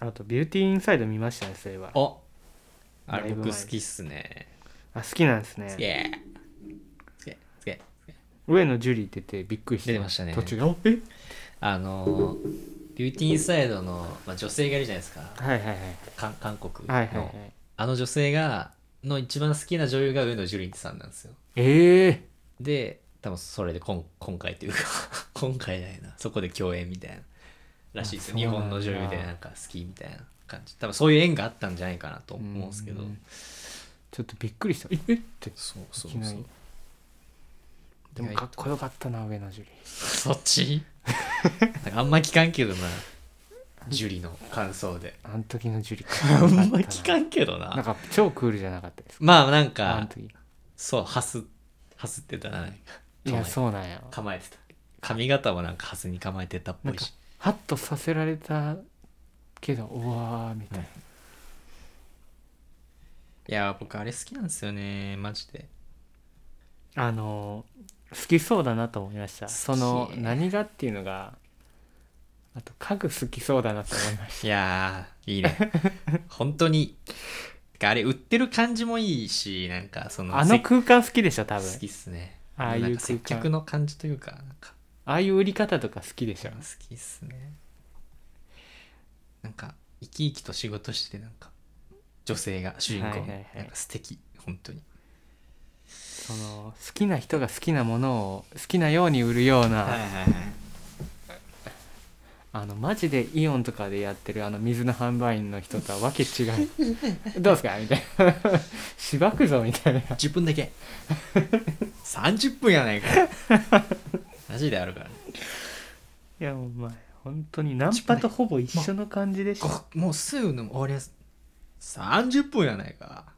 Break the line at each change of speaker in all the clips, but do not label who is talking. あとビューティーインサイド見ましたねそういえば
おあ
だ
れ
いぶ
僕
前
好きっすね。
あ好きなんですね
すげえ。すげえ。すげえ。
上野樹里出てびっくりして
出てましたね
途中でおえ
あのー、ビューティーインサイドの、まあ、女性がいるじゃないですか。
はいはいはい
かん韓国の、
はいはいはい
あの女性が、の一番好きな女優が上野樹里さんなんですよ。
ええ
で、多分それでこん今回というか、 今回じゃないな。そこで共演みたいな。らしいですよ。
あ
日
そうな
本
んだ
の女優でなんか好きみたいな感じ。多分そういう縁があったんじゃないかなと
ー
思うんですけど。
んちょっとびっくりしたええって
そうそ
いき
う
な
そう
り。でもかっこよかったな上野樹里
そっちなんかあんま聞かんけどな。ジュリの感想で。
あの時の樹里
あ
か
んま聞か
ん
んけど
なん
な。
か超クールじゃなかったです
まあなん
あの
か、
時
そう、ハス、ハスってたな。なんか
い
構え
やそうなんや
構えてた。髪型もなんかハスに構えてたっぽ
なん
い
か
し。
ハッとさせられたけどうわーみたいな、
いや、僕あれ好きなんですよね。マジで。
あのー好きそうだなと思いました
好き
その何がっていうのがあと家具好きそうだなと思いまし
いやー、い いね。本当に。てかあれ、売ってる感じもいいし、なんかその、
たあの
せ
空間好きでしょ多分
好きっすね。
ああいう
なん
空
か
間
接客の感じというか、なんか。
ああいう売り方とか好きでしょ
好きっすねなんか生き生きと仕事しててなんか女性が主人公、
はいはいはい
なんか素敵本当に
その好きな人が好きなものを好きなように売るような、
はいはいはい
あのマジでイオンとかでやってるあの水の販売員の人とはわけ違 うどうすかみたいな しばくぞみたいな
10分だけ30分やないかマジであるからね
いやお前本当にナンパとほぼ一緒の感じでした、
ごもうすぐの終わりやす30分やないか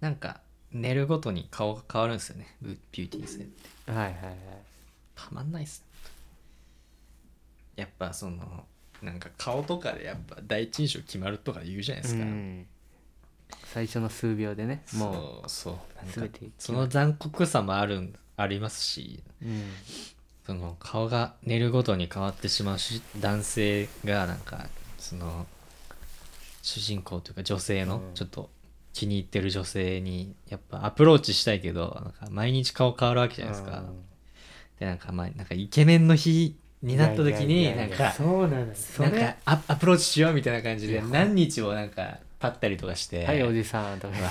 なんか寝るごとに顔が変わるんですよねビュビューティー性
はいはいはい
たまんないっすやっぱそのなんか顔とかでやっぱ第一印象決まるとか言うじゃないですか、
うん最初の数秒でねも
もうそうなんか
全て決まる
その残酷さもあるんありますし
う、うん
その顔が寝るごとに変わってしまうし男性がなんかその主人公というか女性の
うん
ちょっと気に入ってる女性にやっぱアプローチしたいけどなんか毎日顔変わるわけじゃないですか、
うん
でなんかまあなんかイケメンの日になった時
いや
に
い
な
や
ん
いや
か
そうなのよそ
なん
れ
かアアプローチしようみたいな感じ
い
で
や
何日もなんか経ったりとかして、
はいお
う
じさんとか
わ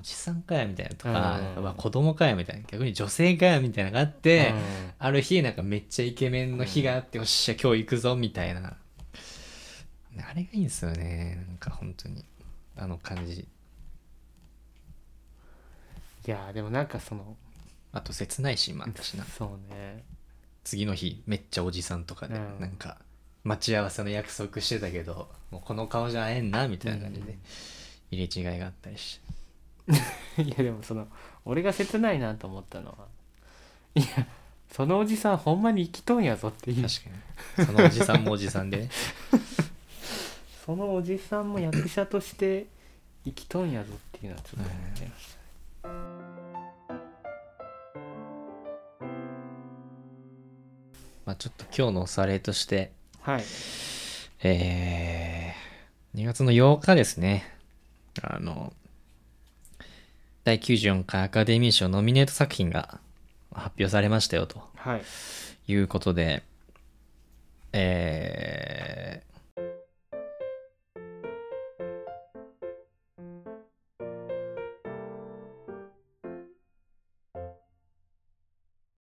おじさんかよみたいなとか
うん、
うわ子供かよみたいな逆に女性かよみたいなのがあって、
うん
ある日なんかめっちゃイケメンの日があって、おっしゃ今日行くぞみたいなあれがいいんですよねなんか本当にあの感じ
いやでもなんかその
あと切ないシーンもあったしな
そうね
次の日めっちゃおじさんとかで、
うん
なんか待ち合わせの約束してたけどもうこの顔じゃ会えんなみたいな感じで、入れ違いがあったりして
いやでもその俺が切ないなと思ったのはいやそのおじさんほんまに生きとんやぞっていう
確かにそのおじさんもおじさ んでね
そのおじさんも役者として生きとんやぞっていうのはちょっと思っちゃいましたね
まあちょっと今日のおさらいとして
はい
えー、2月の8日ですねあの第94回アカデミー賞ノミネート作品が発表されましたよと
はい
いうことでえ